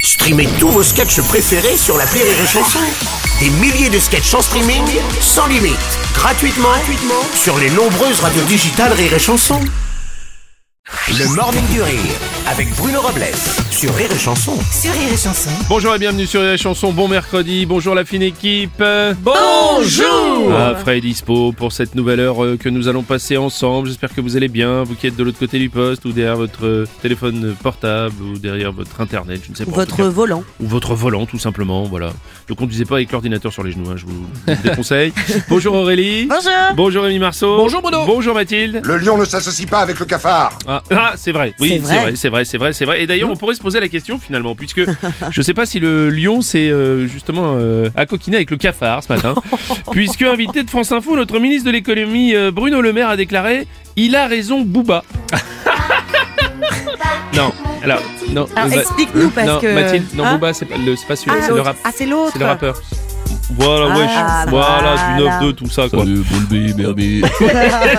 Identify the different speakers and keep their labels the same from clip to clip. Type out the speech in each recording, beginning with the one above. Speaker 1: Streamez tous vos sketchs préférés sur la Rire et Chanson. Des milliers de sketchs en streaming, sans limite, gratuitement, gratuitement sur les nombreuses radios digitales Rire et Chanson. Le Morning du Rire avec Bruno Robles sur Rire et Chanson.
Speaker 2: sur Rire et Chanson.
Speaker 3: Bonjour et bienvenue sur la chanson. Bon mercredi, bonjour la fine équipe. Bonjour Fred est dispo pour cette nouvelle heure euh, que nous allons passer ensemble. J'espère que vous allez bien, vous qui êtes de l'autre côté du poste ou derrière votre euh, téléphone portable ou derrière votre internet, je ne sais pas. en tout
Speaker 4: Votre
Speaker 3: cas.
Speaker 4: volant.
Speaker 3: ou votre volant tout simplement, voilà. Ne conduisez pas avec l'ordinateur sur les genoux, hein, je vous je vous le déconseille. bonjour Aurélie.
Speaker 4: Bonjour.
Speaker 3: Bonjour Rémi Marceau. Bonjour Bruno. Bonjour Mathilde.
Speaker 5: Le lion ne s'associe pas avec le cafard.
Speaker 3: Ah, ah, c'est vrai. Oui,
Speaker 4: C'est
Speaker 3: c'est
Speaker 4: vrai. Hein
Speaker 3: vrai, c'est vrai, c'est vrai, c'est vrai. Et d'ailleurs, on pourrait se poser la question finalement, puisque je sais pas si le lion s'est euh, justement euh, à coquiner avec le cafard ce matin, puisque invité de France Info, notre ministre de l'économie euh, Bruno Le Maire a déclaré "Il a raison, Booba." non, alors non.
Speaker 4: Alors,
Speaker 3: bah,
Speaker 4: explique-nous, parce
Speaker 3: non,
Speaker 4: que-
Speaker 3: Mathilde, non,
Speaker 4: hein
Speaker 3: Booba, c'est pas le, c'est pas celui-là,
Speaker 4: Ah,
Speaker 3: c'est le
Speaker 4: l'autre.
Speaker 3: rap,
Speaker 4: Ah, c'est l'autre.
Speaker 3: c'est le rappeur. Voilà,
Speaker 4: Ah,
Speaker 3: wesh, voilà,
Speaker 4: voilà.
Speaker 3: du 9-2, tout ça, quoi.
Speaker 6: Salut, Boulby, Berbi,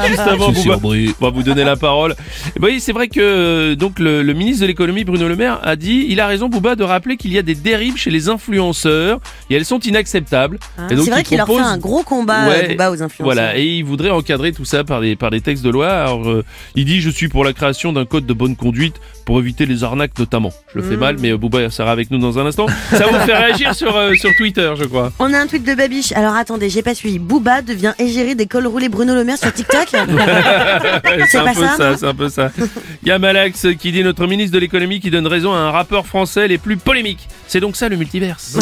Speaker 3: Juste avant,
Speaker 6: Ceci
Speaker 3: Booba.
Speaker 6: Aubry.
Speaker 3: On va vous donner la parole. Eh ben oui, c'est vrai que euh, donc le, le ministre de l'économie Bruno Le Maire a dit, il a raison Bouba de rappeler qu'il y a des dérives chez les influenceurs et elles sont inacceptables.
Speaker 4: Hein,
Speaker 3: et donc
Speaker 4: C'est vrai
Speaker 3: il
Speaker 4: qu'il leur
Speaker 3: propose-
Speaker 4: fait un gros combat
Speaker 3: Ouais,
Speaker 4: euh, Booba, aux influenceurs.
Speaker 3: Voilà, et il voudrait encadrer tout ça par des par des textes de loi. Alors euh, il dit je suis pour la création d'un code de bonne conduite pour éviter les arnaques notamment. Je
Speaker 4: Mm.
Speaker 3: le fais mal mais euh, Bouba sera avec nous dans un instant. Ça vous fait réagir sur euh, sur Twitter, je crois.
Speaker 4: On a un tweet de Babiche. Alors attendez, j'ai pas suivi. Booba devient égéré des cols roulés Bruno Le Maire sur TikTok.
Speaker 3: Ouais, c'est
Speaker 4: C'est
Speaker 3: un
Speaker 4: pas
Speaker 3: peu
Speaker 4: ça
Speaker 3: ça, c'est un peu ça. Il y a Malax qui dit notre ministre de l'économie qui donne raison à un rappeur français les plus polémiques. C'est donc ça le multiverse.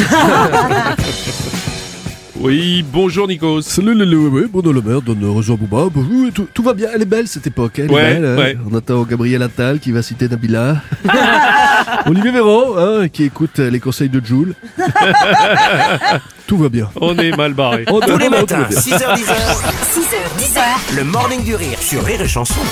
Speaker 3: oui, bonjour Nikos.
Speaker 6: Salut les loups, oui, Bruno Le Maire donne raison à Booba. Bonjour, et tout, tout va bien, elle est belle cette époque, elle
Speaker 3: Ouais,
Speaker 6: est belle. hein.
Speaker 3: ouais.
Speaker 6: On attend Gabriel Attal qui va citer Nabila. Olivier Véran hein, qui écoute euh, les conseils de Jules. tout va bien.
Speaker 3: On est mal barré.
Speaker 6: Oh, non,
Speaker 1: Tous les
Speaker 6: non, non, tout va
Speaker 1: matins,
Speaker 6: bien.
Speaker 1: 6h10,
Speaker 2: 6h, 10h,
Speaker 1: le Morning du Rire sur Rire et Chanson.